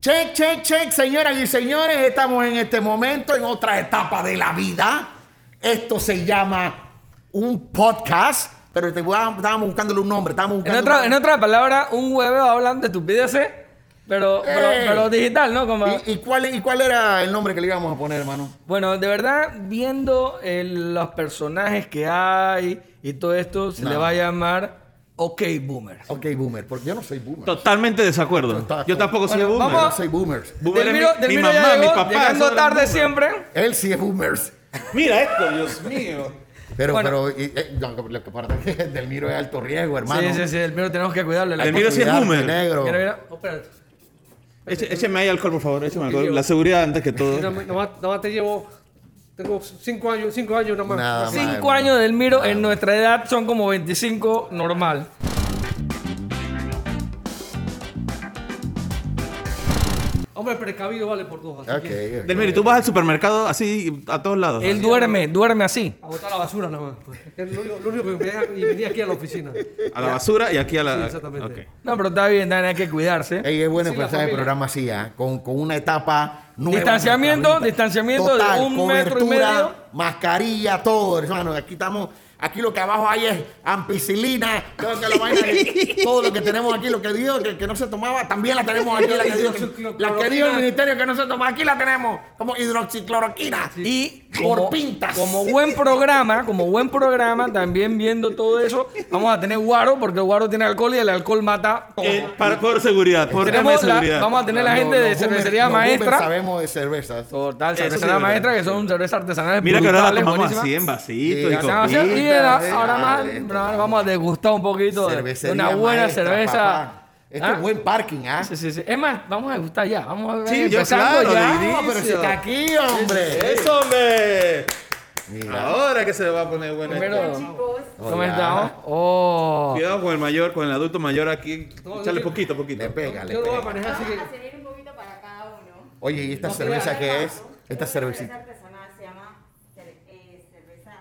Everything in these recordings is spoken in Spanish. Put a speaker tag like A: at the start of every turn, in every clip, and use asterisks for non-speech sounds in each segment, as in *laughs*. A: Check, check, check, señoras y señores, estamos en este momento en otra etapa de la vida. Esto se llama un podcast, pero te voy a- estábamos buscándole un nombre, estábamos
B: En
A: buscando
B: otra,
A: un
B: en otra palabra, un hueveo hablando de estupideces, pero, pero,
C: Eh.
A: Ey.
B: pero digital, ¿no? Como,
A: ¿Y, y cuál, ¿Y cuál era el nombre que le íbamos a poner, hermano?
B: bueno, de verdad, viendo el- los personajes que hay y todo esto, se
A: No.
B: le va a llamar OK Boomer.
A: Ok, boomer, porque yo no soy boomer.
C: Pues, Totalmente desacuerdo.
A: Total.
C: Yo tampoco soy
B: Bueno,
C: boomer.
A: Yo
B: vamos-
A: no soy boomer.
C: Boomer es
B: Delmiro-
C: mi- mi,
B: Delmiro ya
C: mamá, mi
B: llegó,
C: papá.
B: Llegando
C: eso era
B: tarde
C: boomer.
B: siempre.
A: Él sí es boomers.
C: Mira eh. esto, Dios mío.
A: Pero,
B: Bueno.
A: pero, y- eh, no, lo que *laughs* pasa es que Delmiro es alto riesgo, hermano.
B: Sí, sí, sí, Delmiro tenemos que cuidarle. la-
C: Delmiro sí es
A: Cuidarte,
C: boomer.
A: negro.
B: Mira, mira. Oh, espérate.
C: Eche- écheme ahí alcohol, por favor. Écheme alcohol. La seguridad antes que
D: Mira,
C: todo.
D: Nada más, nada más te llevo. Tengo cinco años, cinco años nada más.
A: Nada más.
B: Cinco años de Delmiro en nuestra edad son como 25 normal.
D: Hombre, precavido vale por dos. Así
A: Ok,
D: que
A: ok.
C: Delmiro, tú vas al supermercado así a todos lados.
B: Él duerme, duerme así.
D: a botar la basura nada más. pues. Es lo único, lo único que me deja y venía aquí a la oficina.
C: A la basura y aquí a la.
D: Sí, exactamente.
C: Ok.
B: No, pero está bien, Dani, hay que cuidarse.
A: Ey, es bueno
D: Sí, la
A: empezar el
D: familia.
A: programa así, ¿ah? con, con una etapa nueva.
B: Distanciamiento,
A: nuestra vida.
B: distanciamiento de
A: pues, Total,
B: un metro y
A: cobertura,
B: medio.
A: mascarilla, todo, hermano. Aquí estamos, aquí lo que abajo hay es ampicilina, todo,
B: *laughs*
A: que la vaina es- todo lo que tenemos aquí, lo que dio, que, que no se tomaba, también la tenemos aquí, la que dio, la que dio el ministerio que no se tomaba, aquí la tenemos, como hidroxicloroquina y por pintas.
B: Como buen programa, como buen programa, también viendo todo eso, vamos a tener guaro, porque el guaro tiene alcohol y el alcohol mata todo.
C: Eh, para, por seguridad, por tema de
B: Tenemos la-
C: seguridad.
B: vamos a tener la gente de
A: Los boomers-
B: cervecería
A: los boomers
B: maestra.
A: Sabemos de cerveza.
B: Total,
C: Eso
B: cervecería
C: sí, es verdad.
B: maestra, que son cervezas artesanales.
C: Mira que ahora la
B: brutales,
C: tomamos así
B: buenísimas.
C: en
A: Sí,
C: vasitos y
A: ya
B: Se van a
C: copitas.
B: hacer- y
A: eh,
B: ahora, ahora más,
A: eh,
B: ahora vamos a degustar un poquito de- de
A: Cervecería
B: una buena
A: maestra,
B: cerveza.
A: papá. Este
B: ¿Ah?
A: es buen parking, ¿ah?
B: Sí, sí, sí. Es más, vamos a degustar ya. Vamos a ver.
C: Sí, yo,
B: empezando
C: claro,
B: ya.
C: de
A: No, pero si está aquí, hombre.
C: ¡Eso, hombre!
A: Mira.
C: Ahora que se va a poner bueno. esto.
B: Primero, ¿cómo
A: Hola.
B: estamos? Oh.
C: Cuidado con el mayor, con el adulto mayor aquí. Échale poquito, poquito.
A: Le pega, le
D: Yo lo voy a
A: pega.
D: manejar así
E: Vamos
D: que.
E: a servir un poquito para cada uno.
A: Oye, ¿y esta
E: No,
A: cerveza
E: pero
A: qué
E: además,
A: es? Esta
E: cerveza
A: cervecita.
E: artesanal se llama cer- eh, cerveza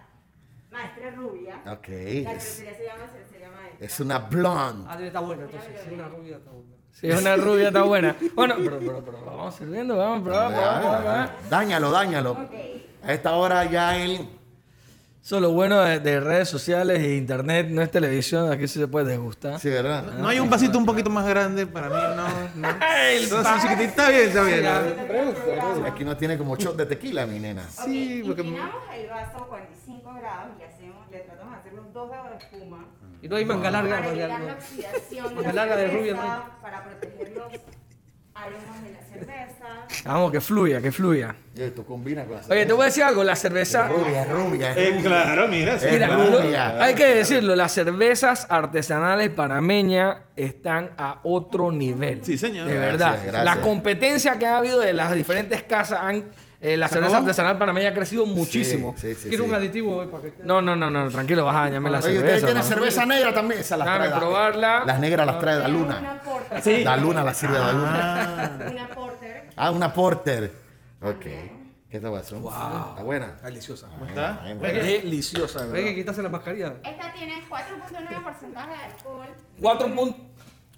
E: maestra rubia.
A: Ok.
E: La
A: Es,
E: cervecería se llama cervecería maestra.
A: Ah, es una blonde.
D: Ah, debe estar buena entonces. Sí, una rubia está buena.
B: Si es una rubia, está
D: *laughs*
B: buena. Bueno, pero, pero, pero, vamos sirviendo, vamos,
E: ah,
B: probamos, probamos, probamos.
A: Ah, Dáñalo, dáñalo. A esta hora ya él.
B: Eso es lo bueno de, de redes sociales e internet, no es televisión, aquí sí se puede degustar.
A: Sí, ¿verdad?
C: No hay un vasito un poquito más grande para mí, no. no. Entonces, chiquitito, está bien, está bien.
A: Aquí no tiene como shot de tequila, mi nena.
E: Ok,
C: Sí, porque-
E: Inclinamos el vaso a 45 grados y hacemos, le tratamos de hacer unos 2 grados de espuma
D: Y no hay manga
B: Ah.
D: larga.
E: para
D: manga
E: evitar la
D: larga.
E: oxidación de
D: Porque
E: la
D: larga de
E: cerveza,
D: rubia no hay.
E: para proteger los aromas de la cerveza.
B: Vamos, que fluya, que fluya.
A: Oye, tú combinas con la
B: Oye,
A: cerveza.
B: te voy a decir algo, la cerveza...
A: Rubia, rubia. es
C: Eh, claro, mira. sí,
B: Mira,
C: claro.
B: lo-
A: rubia.
B: hay que decirlo, las cervezas artesanales panameñas están a otro nivel.
C: Sí, señor.
B: De
A: Gracias,
B: verdad.
A: gracias.
B: La competencia que ha habido de las diferentes casas han... eh, la cerveza artesanal panameña ha crecido muchísimo.
A: Sí, sí, sí.
D: Quiero
A: sí.
D: un aditivo hoy para que.
B: No, no, no, no, tranquilo, vas a dañarme la
A: Oye, ustedes
B: cerveza.
A: tienen
B: ¿no?
A: cerveza negra también. Esa las
B: Dame,
A: trae. la-
B: probarla. Ah.
A: Las negras las trae la
E: Tenemos
A: luna.
E: Una porter.
A: La luna la sirve la luna.
E: Una porter.
A: Ah, una porter. Ok. ¿Qué te pasó? ¿Está buena? Ah,
B: Deliciosa.
A: ¿Está?
B: Deliciosa, de
D: Hay
B: ¿verdad?
D: que quitarse la mascarilla.
E: Esta tiene 4.9% de alcohol.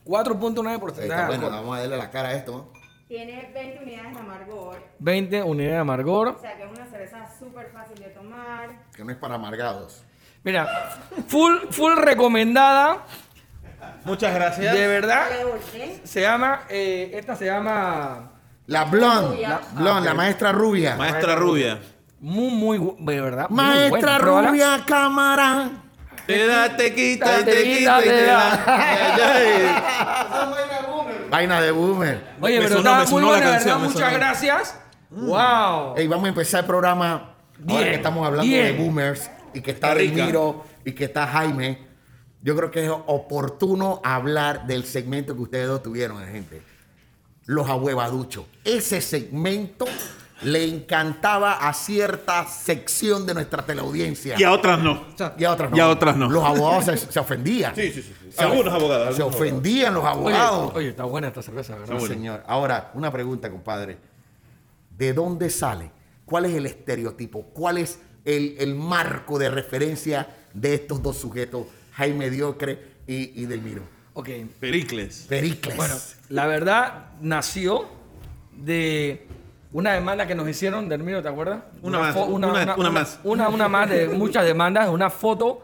B: 4.9% de
A: Está buena.
B: alcohol.
A: Vamos a darle la cara a esto.
E: Tiene 20 unidades de amargor.
B: 20 unidades de
E: O
B: amargor.
E: sea que es una cerveza súper fácil de tomar.
A: Que no es para amargados.
B: Mira, full, full recomendada.
C: Muchas gracias.
B: De verdad,
E: Leolte.
B: se llama, eh, esta se llama
A: La blonde.
E: Rubia.
A: La, blonde,
B: Ah,
A: la maestra rubia.
C: Maestra rubia.
B: muy, muy, gu- de verdad. muy
A: maestra
B: buena. Pruébala.
A: rubia, cámara.
C: Te da, te quita, y te
B: Te
C: quita, y te da.
A: Vaina de boomer.
B: Oye,
C: Me
B: pero
C: sonó,
B: está
C: me
B: muy
C: sonó la
B: buena, de
C: canción,
B: verdad,
C: me
B: muchas
C: sonó.
B: gracias. Eh, Wow.
A: Ey, vamos a empezar el programa. Ahora
B: Bien,
A: que estamos hablando
B: bien.
A: de boomers y que está
C: Está rica.
A: Ramiro y que está Jaime. Yo creo que es oportuno hablar del segmento que ustedes dos tuvieron, gente. Los ahuevaduchos. Ese segmento le encantaba a cierta sección de nuestra teleaudiencia.
C: Y a otras no.
A: Y a otras no.
C: Y a otras no.
A: Los abogados se, se ofendían.
C: *laughs* Sí, sí, sí, sí.
A: Se of-
C: Algunos abogados,
A: Se
C: algunos
A: ofendían los
B: Oye,
A: abogados.
B: oye, está buena esta cerveza, ¿verdad?
A: Sí, señor. Ahora, una pregunta, compadre. ¿De dónde sale? ¿Cuál es el estereotipo? ¿Cuál es el, el marco de referencia de estos dos sujetos, Jaime Diocre y, y Delmiro?
B: Ok,
C: Pericles.
A: Pericles.
B: Bueno, la verdad nació de una demanda que nos hicieron, Dermino, ¿te acuerdas?
C: Una más,
B: fo-
C: una- una más.
B: Una, una más de muchas demandas, una foto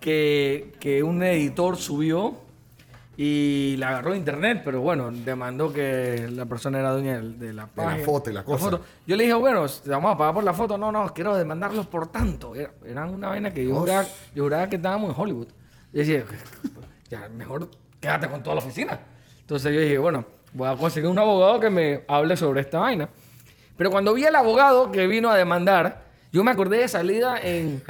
B: que, que un editor subió y la agarró de internet, pero bueno, demandó que la persona era dueña del- de, la
A: la
B: página.
A: foto y la cosa.
B: foto. Yo le dije, bueno, te vamos a pagar por la foto. No, no, quiero demandarlos por tanto. Era- eran una vaina que yo
A: Dios.
B: juraba, yo juraba que estábamos en Hollywood. Yo decía, ya, mejor quédate con toda la oficina. Entonces yo dije, bueno, voy a conseguir un abogado que me hable sobre esta vaina. Pero cuando vi al abogado que vino a demandar, yo me acordé de salida
C: *laughs*
B: en,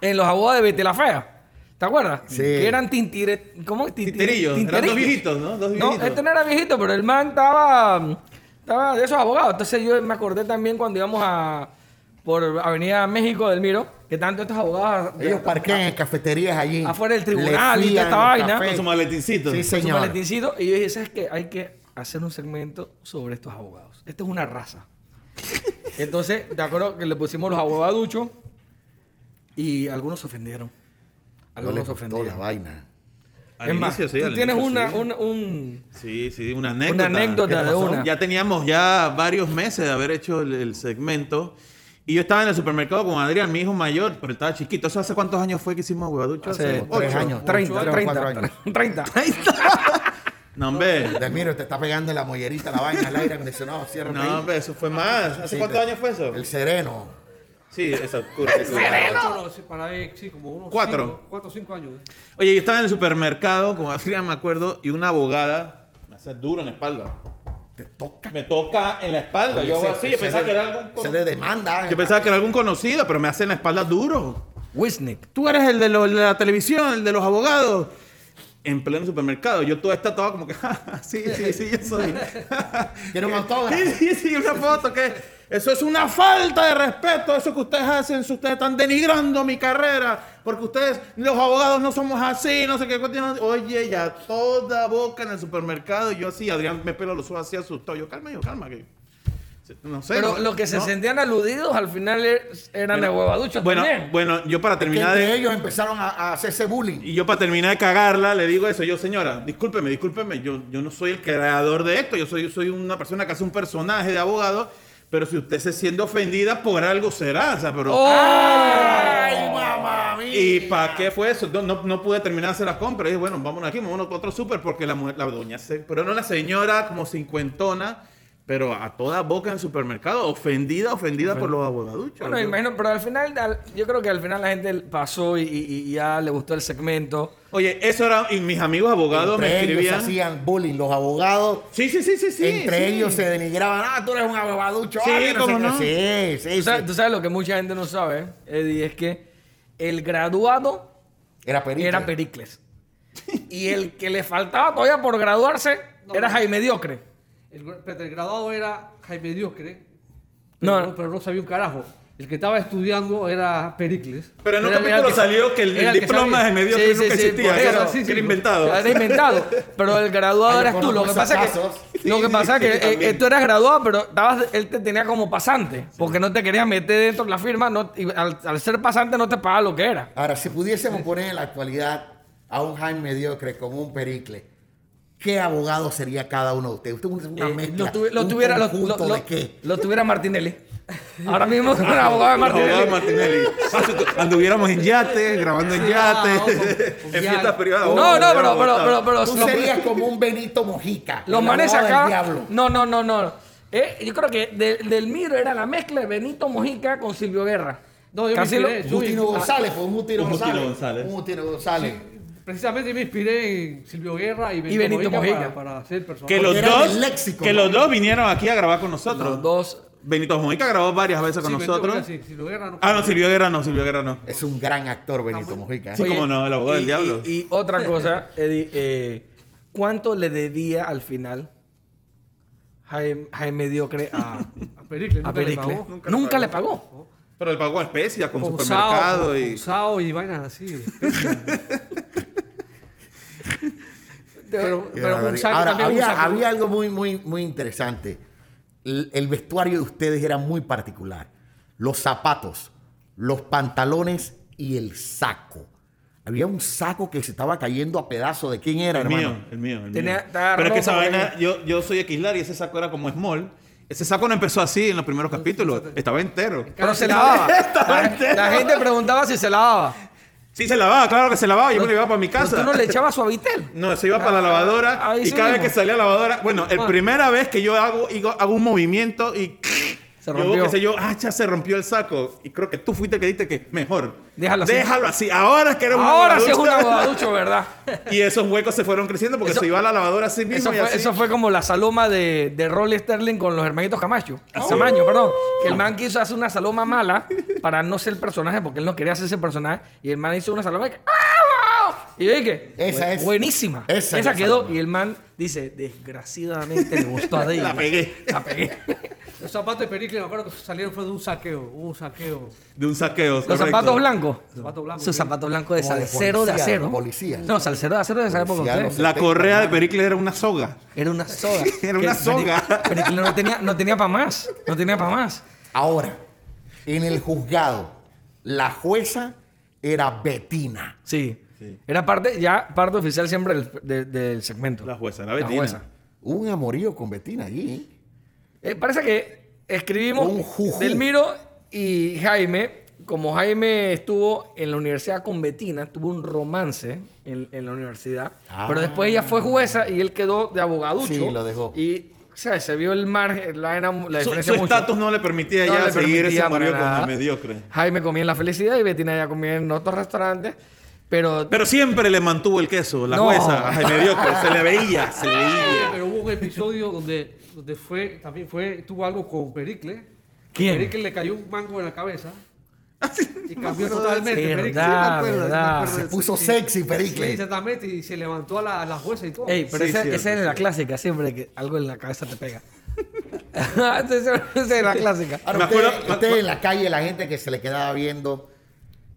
B: en los abogados de Betty la Fea. ¿Te acuerdas?
A: Sí.
B: Que eran tintire, ¿cómo? Tintir-
C: Tinterillos, eran dos viejitos, ¿no? Dos viejitos.
B: No, este no era viejito, pero el man estaba, estaba de esos abogados. Entonces yo me acordé también cuando íbamos a por Avenida México del Miro, que tanto estos abogados de-
A: Ellos parquean en cafeterías allí.
B: Afuera del tribunal
A: Le
B: y toda
A: frían
B: esta
A: el
B: vaina.
A: café.
C: Con su maletincito.
A: Sí,
B: con su
A: señor.
B: maletincito, y yo dije, ¿sabes qué? Hay que hacer un segmento sobre estos abogados. Esta es una
C: *laughs*
B: raza. Entonces, de acuerdo que le pusimos los abogaduchos y algunos se ofendieron.
A: No
B: Algunos
A: le
B: se
A: gustó la
B: ofendieron.
A: vaina.
C: Al
B: es más,
C: inicio, sí,
B: tú
C: al
B: tienes
C: inicio,
B: una,
C: sí.
B: un- un-
C: Sí, sí, una anécdota.
B: Una anécdota
C: ¿Qué
B: de
C: pasó?
B: una.
C: Ya teníamos ya varios meses de haber hecho el, el segmento. Y yo estaba en el supermercado con Adrián, mi hijo mayor, pero estaba chiquito. ¿Eso hace cuántos años fue que hicimos huevaducho?
B: hace
A: como tres
B: ocho,
A: años,
B: treinta,
A: ocho,
B: treinta,
A: cuatro años.
C: *laughs*
B: treinta.
C: No, hombre.
A: Delmiro, te está pegando la mollerita, la vaina, el aire acondicionado, cierra
C: No, hombre, eso fue más. ¿Hace cuántos años fue eso?
A: El sereno.
C: *laughs* Sí, exacto.
D: no sé, para ahí, sí, como unos
C: Cuatro.
D: cinco- cuatro o cinco años.
C: Oye, yo estaba en el supermercado con Adrián, me acuerdo, y una abogada me hace duro en la espalda.
A: Te toca.
C: Me toca en la espalda. Yo hago así, yo pensaba que era algún
A: Se le demanda.
C: Yo pensaba que era algún conocido, pero me hace en la espalda duro.
B: Wisnik.
C: Tú eres el de, lo- de la televisión, el de los abogados. En pleno supermercado, yo toda esta toda como que, *laughs* "Ja, ja, sí, sí, sí, yo soy.
A: Quiero un autógrafo.
C: sí, sí, sí, una foto que eso es una falta de respeto, eso que ustedes hacen, si ustedes están denigrando mi carrera, porque ustedes, los abogados, no somos así, no sé qué. cuestión". Oye, ya toda boca en el supermercado, y yo así, Adrián me pelo los ojos así asustado. Yo, calma, yo, calma, que. No sé.
B: Pero
C: no-
B: los que se
C: no".
B: sentían aludidos al final er- eran de huevaduchos
C: Bueno,
B: también.
C: bueno, yo para
A: Que
C: terminar
A: entre
C: de.
A: ellos empezaron a, a hacerse bullying.
C: Y yo para terminar de cagarla le digo eso, yo señora, discúlpeme, discúlpeme, yo, yo no soy el creador de esto, yo soy, yo soy una persona que hace un personaje de abogado, pero si usted se siente ofendida por algo será, o sea, pero...
B: Oh. Ah.
A: ¡Ay, mamá
C: ¿Y para qué fue eso? No, no, no pude terminar de hacer las compras. Dije, bueno, vámonos aquí, vámonos a otro súper, porque la, mujer- la doña, se, pero no la señora como cincuentona, pero a toda boca en el supermercado, ofendida, ofendida por los abogaduchos.
B: Bueno, me
C: Yo-
B: imagino, pero al final, al- yo creo que al final la gente pasó y, y- y ya le gustó el segmento.
C: Oye, eso era, y mis amigos abogados me
A: Entre ellos
C: escribían...
A: hacían bullying. Los abogados
C: Sí, sí, sí, sí, sí.
A: entre
C: sí.
A: ellos se denigraban. Ah, tú eres un abogaducho.
C: Sí,
A: ah, que
C: cómo
A: sé
C: no.
A: qué". Sí, sí,
B: Tú sabes,
A: sí.
B: tú sabes lo que mucha gente no sabe, Eddie, es que el graduado
A: Era perito.
B: era Pericles. Y el que le faltaba todavía por graduarse
D: No.
B: era Jaime Diocre.
D: El, gra- espérate, el graduado era Jaime Dioscre,
B: No,
D: pero,
B: no.
D: no, pero no sabía un carajo. El que estaba estudiando era Pericles.
C: Pero en un
D: Era- era el
C: capítulo
D: que-
C: salió que el, el
D: era el que
C: diploma
D: sabía.
C: de medio que
B: Sí,
C: nunca
B: sí, sí,
C: existía,
B: por
C: que
B: eso.
C: era,
B: Sí,
C: que era inventado.
B: Era inventado. Pero el
A: Ay,
B: graduado
A: yo
B: eras tú. Lo que
A: conozco
B: pasa es
A: esos
B: que, lo que, pasa es que eh, eh, tú eras graduado, pero estabas, él te tenía como pasante. Porque no te quería meter dentro de la firma. No, y al, al ser pasante no te pagaba lo que era.
A: Ahora, si pudiésemos poner en la actualidad a un Jaime mediocre con un pericle, ¿qué abogado sería cada uno de ustedes? Usted es una
B: Eh,
A: mezcla.
B: lo, tuvi- lo
A: un
B: tuviera, lo,
A: conjunto
B: lo-
A: de qué?
B: lo tuviera Martinelli. Ahora mismo es un abogado de Martinelli. ah,
C: Abogado Martinelli. Anduviéramos en yate, grabando en yate, *laughs*
D: ojo,
C: en
D: con
C: fiestas
D: yate.
C: privadas.
B: No,
C: Oh,
B: no,
C: ya,
B: pero, pero,
C: abogado.
B: pero, pero-
A: Tú
B: lo-
A: serías como un Benito Mojica.
B: Los
A: el
B: manes
A: abogado del
B: acá.
A: diablo.
B: No, no, no, no. Eh, yo creo que de- del Miro era la mezcla de Benito Mojica con Silvio Guerra.
D: No, yo me
B: Casi
D: inspiré,
A: Un
D: yo-
A: Justino González, fue un Justino
C: Un
A: González.
C: Justino González.
A: Un Justino González.
D: Ah, Precisamente me inspiré en Silvio Guerra y Benito,
B: Benito
D: Mojica,
B: Mojica.
D: para, para hacer personajes.
C: Que los
A: Porque era
C: dos,
A: del léxico,
C: que
A: ¿no?
C: los dos vinieron aquí a grabar con nosotros.
B: Los dos
C: Benito Mojica grabó varias veces con
D: Sí, Benito
C: nosotros.
D: Mojica, sí, Silvio Guerra no.
C: Ah, no, Silvio Guerra no, Silvio Guerra no.
A: Es un gran actor, Benito Mojica. ¿eh?
C: Sí, cómo no, el abogado del
B: y-
C: diablo.
B: Y, y otra cosa, Eddie, eh, ¿cuánto le debía al final Jaime, Jaime Diocre
A: *laughs*
B: a,
D: A Pericles,
B: a
D: nunca le
B: Pericle?
D: pagó.
B: Nunca,
C: Nunca le pagó.
B: le pagó.
C: Pero él pagó a especias con
D: Con
C: supermercado
D: Sao,
C: y...
D: con Sao y vainas así. pero pero un saco
A: Ahora,
D: también, un
A: había,
D: saco.
A: había algo muy, muy, muy interesante. El, el vestuario de ustedes era muy particular. Los zapatos, los pantalones y el saco. Había un saco que se estaba cayendo a pedazos. ¿De quién era,
C: El
A: hermano?
C: mío, el mío, el
B: Tenía-
C: mío.
B: estaba
C: Pero es que esa
B: roto,
C: vaina, yo, yo soy Xlar y ese saco era como small. Ese saco no empezó así en los primeros capítulos. Estaba entero.
B: Pero se lavaba.
C: *laughs*
B: La, la gente preguntaba si se lavaba.
C: Sí, se lavaba, claro que se lavaba. Yo me lo llevaba para mi
B: Pero
C: casa.
B: tú no le echabas suavitel.
C: No, se iba para la lavadora
B: Ahí
C: y
B: sí
C: cada vez
B: mismo.
C: que salía la lavadora, bueno, la
B: Ah.
C: primera vez que yo hago, digo, hago un movimiento y
B: Se
C: yo,
B: rompió.
C: qué sé yo, ah, ya se rompió el saco y creo que tú fuiste el que dijiste que mejor.
B: Déjalo así.
C: así. Ahora es que era un
B: Ahora sí es un lavaducho, ¿verdad?
C: y esos huecos se fueron creciendo porque
B: Eso-
C: se iba a la lavadora así *laughs* mismo
B: Eso
C: y
B: fue,
C: así.
B: eso fue como la saloma de, de Rolly Sterling con los hermanitos Camacho.
C: Ah.
B: Camacho, perdón. Que el
C: Oh.
B: man quiso hacer una saloma mala para no ser el personaje, porque él no quería hacer ese personaje. Y el man hizo una saloma que- ¡Ah, y yo dije,
A: Esa
B: "Bu-
A: es.
B: buenísima.
A: Esa
B: Esa,
A: es la
B: quedó.
A: saloma.
B: Y el man dice, desgraciadamente le gustó a Dave.
C: *laughs* La pegué
B: La pegué.
D: Los zapatos de Pericle, me acuerdo que salieron fue de un saqueo. Hubo un saqueo.
C: de un saqueo.
B: Los
C: correcto.
B: zapatos blancos.
D: Zapato blanco,
B: Sus
D: sí.
B: zapatos blancos de
A: Como de
B: salsero de
A: policía,
B: acero.
A: de policía.
B: No, salsero de acero de esa época.
A: Policía,
B: ustedes.
A: no sé.
C: La correa de Pericles era una soga.
B: Era una soga.
C: Era una
B: Que-
C: soga.
B: *laughs* Pero que no tenía, no tenía para más. No tenía para más.
A: Ahora, en el juzgado, la jueza era Betina.
B: Sí. Era parte, ya parte oficial siempre del, de- del segmento.
C: La jueza, la Betina.
A: Hubo un amorío con Betina allí.
B: Eh, parece que escribimos
A: Un jujú.
B: Delmiro y Jaime. Como Jaime estuvo en la universidad con Betina, tuvo un romance en, en la universidad.
A: Ah.
B: Pero después ella fue jueza y él quedó de abogaducho.
A: Sí, lo dejó.
B: Y ¿sabes? se vio el margen, la, era, la
C: Su
B: diferencia
C: su
B: mucho.
C: estatus no le permitía
B: No
C: ya
B: le
C: seguir
B: permitía
C: ese
B: para
C: marido
B: nada.
C: como mediocre.
B: Jaime comía en La Felicidad y Betina ya comía en otros restaurantes. Pero,
C: Pero siempre le mantuvo el queso, la
B: No.
C: jueza, ay, mediocre, se le veía, se le veía.
D: Pero hubo un episodio donde, donde fue, también fue, tuvo algo con Pericle.
B: ¿Quién?
D: Pericle le cayó un mango en la cabeza.
B: *laughs*
D: Y cambió totalmente. Pericle.
C: Ah,
B: verdad,
D: Sí, me acuerdo,
B: Ah, verdad.
D: me
A: Se
D: acuerdo.
A: puso
D: Sí.
A: sexy,
D: Sí,
A: Pericles.
D: exactamente. Y se levantó a la, a la jueza y todo.
B: Ey, pero
C: Sí,
B: esa,
C: cierto.
B: esa es la clásica, siempre que algo en la cabeza te pega. esa *laughs* esa es la clásica.
A: Ahora,
C: Me
A: usted,
C: acuerdo-
A: usted en la calle, la gente que se le quedaba viendo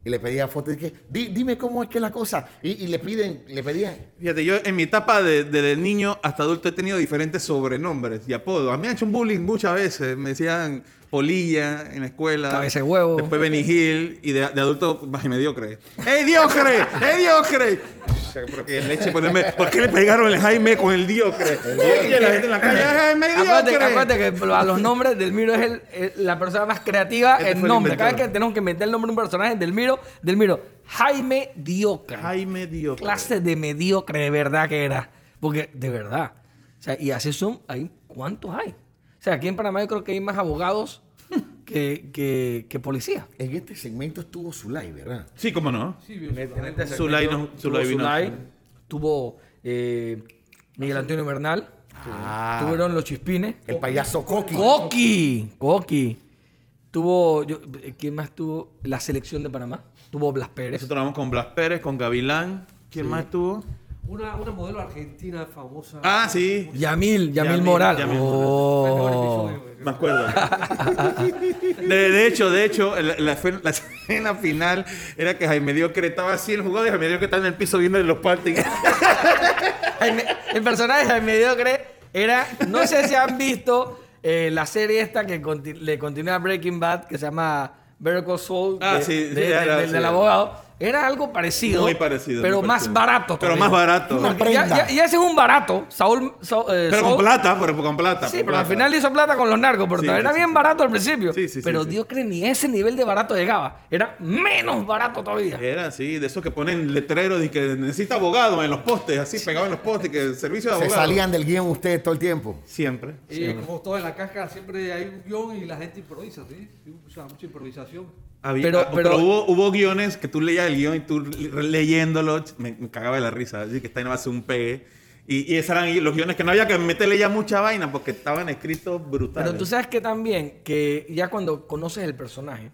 A: y le pedía fotos, y que, "Di- dime cómo es que es la cosa. Y, y le piden, le pedían.
C: Fíjate, yo en mi etapa de, de- de niño hasta adulto he tenido diferentes sobrenombres y apodos. A mí me han hecho un bullying muchas veces. Me decían polilla en la escuela.
B: Cabeza de huevo.
C: Después Benny Hill y de, de adulto más mediocre. ¡Ey, diocre! ¡Ey, diocre! O sea, Porque leche ponerme, ¿Por qué le pegaron el Jaime con el diocre? Oye, la gente en la calle, ¡Jaime
B: Acuérdate,
C: diocre!
B: acuérdate que a los nombres Delmiro es el- el- la persona más creativa
C: Este
B: en
C: fue el
B: nombre. Cada vez
C: inventor.
B: que tenemos que inventar el nombre de un personaje, Delmiro, Delmiro, Jaime Diocre.
C: Jaime diocre.
B: clase de mediocre de verdad que era. Porque, de verdad. O sea, y así son, hay, ¿cuántos hay? O sea, aquí en Panamá yo creo que hay más abogados *laughs* que, que, que policías.
A: En este segmento estuvo Zulay, ¿verdad?
C: Sí, cómo no.
D: Sí, vio su-
C: Zulay no-
B: tuvo
C: Zulay vino.
B: Zulay, tuvo eh, Miguel Antonio Bernal,
A: Ah,
B: tuvieron los chispines.
A: el payaso Coqui.
B: Coqui, Coqui. Tuvo, yo- eh, ¿quién más tuvo? La selección de Panamá. Tuvo Blas Pérez.
C: Nosotros trabajamos con Blas Pérez, con Gavilán. ¿Quién más estuvo?
D: Una, una modelo argentina famosa.
C: Ah, sí.
B: Yamil, Yamil,
C: Yamil,
B: Moral.
C: Yamil Moral.
D: Fue el
B: Oh.
D: mejor episodio.
B: *laughs*
C: Me acuerdo. De, de hecho, de hecho, la, la fe- la escena final era que Jaime Diocre estaba así en el jugador y Jaime Diocre estaba en el piso viendo los partings.
B: Jaime- el personaje de mediocre era. No sé si han visto eh, la serie esta que conti- le continúa a Breaking Bad, que se llama Better Call Saul,
C: Ah,
B: de-
C: sí,
B: de-
C: sí,
B: de-
C: era,
B: del,
C: sí.
B: del abogado. Era algo parecido.
C: Muy parecido,
B: Pero
C: muy
B: más
C: parecido.
B: barato.
C: Pero
B: todavía.
C: más barato.
A: Una
B: Y ya-
A: prenda.
B: ya- Y ese es un barato. Saul. Saul- eh,
C: Pero con
B: Saul-
C: plata, pero con plata.
B: Sí,
C: con
B: pero al
C: plata.
B: final hizo plata con los narcos, pero
C: Sí,
B: todavía
C: sí,
B: era
C: sí,
B: bien
C: sí.
B: barato al principio.
C: Sí, sí, sí,
B: pero
C: sí.
B: Dios cree ni ese nivel de barato llegaba. Era menos barato todavía.
C: Era así, de esos que ponen letreros y que necesita abogado en los postes, así pegado en los postes, que el servicio de
A: Se
C: abogado.
A: salían del guión ustedes todo el tiempo.
C: Siempre.
D: Y como todo en la cáscara, siempre hay un guión y la gente improvisa, ¿sí? O sea, mucha improvisación.
C: Había-
B: Pero-
C: ah, pero,
B: pero-
C: hubo, hubo guiones que tú leías el guión y tú le- leyéndolo, ch- me, me cagaba de la risa, así que está en base un pegue. Y, y esos eran los guiones que no había que meterle ya mucha vaina porque estaban escritos brutales.
B: Pero tú sabes que también, que ya cuando conoces el personaje,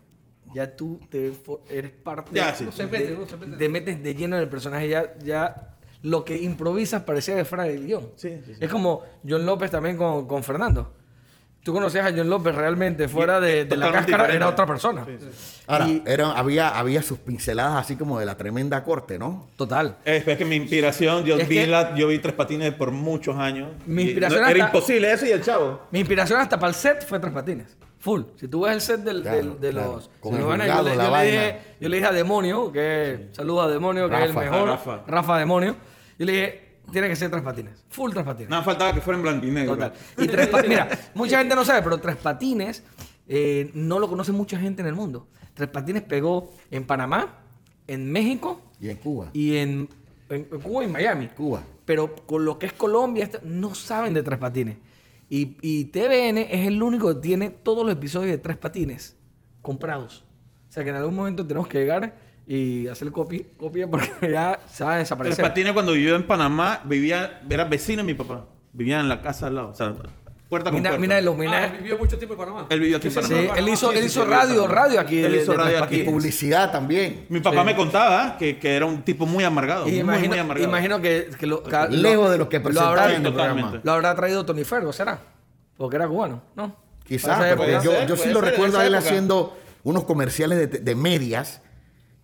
B: ya tú te fo- eres parte.
C: Ya, sí.
D: No se mete, no se
B: de-
D: mete.
B: Te metes de lleno en el personaje, ya, ya lo que improvisas parecía de fuera del guión.
C: Sí, sí, sí.
B: Es como John López también con, con Fernando. Tú conocías a John López realmente fuera de, de la
C: Totalmente
B: cáscara,
C: diferente.
B: era otra persona.
A: Ahora, era- había, había sus pinceladas así como de la tremenda corte, ¿no?
B: Total.
C: Es, es que mi inspiración, yo,
B: Es
C: vi
B: que-
C: la- yo vi Tres Patines por muchos años.
B: Mi
C: Y
B: inspiración
C: era
B: hasta-
C: imposible eso y el chavo.
B: Mi inspiración hasta para el set fue Tres Patines. Full. Si tú ves el set del,
A: Claro,
B: del- de
A: claro.
B: los...
A: Con
B: de los
A: el
B: vaina,
A: juzgado,
B: yo, le,
A: la
B: yo le dije,
A: vaina.
B: yo le dije a Demonio, que saluda a Demonio, que es el
A: Rafa.
B: mejor. Rafa.
C: Rafa.
B: Demonio. Yo le dije, tiene que ser tres patines. Full tres patines.
C: Nada faltaba que fuera en blanco y negro.
B: Total. Y tres patines. Mira, mucha gente no sabe, pero tres patines eh, no lo conoce mucha gente en el mundo. Tres patines pegó en Panamá, en México
A: Y en Cuba.
B: y en, en- en Cuba y en Miami.
A: Cuba.
B: Pero con lo que es Colombia, esto- no saben de Tres Patines. Y, y TVN es el único que tiene todos los episodios de Tres Patines comprados. O sea que en algún momento tenemos que llegar y hacer copia, copia porque *laughs* ya se va a
C: Tres
B: desaparecer.
C: Patines cuando vivió en Panamá, vivía, era vecino de mi papá. Vivía en la casa al lado. O sea, puerta con
B: Mira,
C: puerta.
B: mira el homenaje.
D: Ah, vivió mucho tiempo en Panamá.
C: Él vivió aquí en
B: Sí,
C: Panamá.
B: él hizo, él hizo
C: sí,
B: radio,
C: sí,
B: radio aquí.
C: Él
B: de-
C: hizo
B: de
C: radio
B: Tres
C: aquí.
A: Y
B: Patines.
A: publicidad también.
C: Mi papá me contaba que, que era un tipo muy amargado.
B: Y
C: muy,
B: imagino,
C: muy amargado.
B: imagino que, que lo, ca-
A: Lejos de los que
B: lo habrá,
A: presentaron en el
C: Totalmente.
A: programa.
B: lo habrá traído Tony Fergo, ¿será? Porque era cubano, ¿no?
A: Quizás,
B: Para esa
A: porque
B: época.
A: yo,
C: ser,
A: yo sí
C: puede
A: lo
C: ser,
A: recuerdo
C: de
A: a
C: esa
A: él
C: época.
A: haciendo unos comerciales de, de medias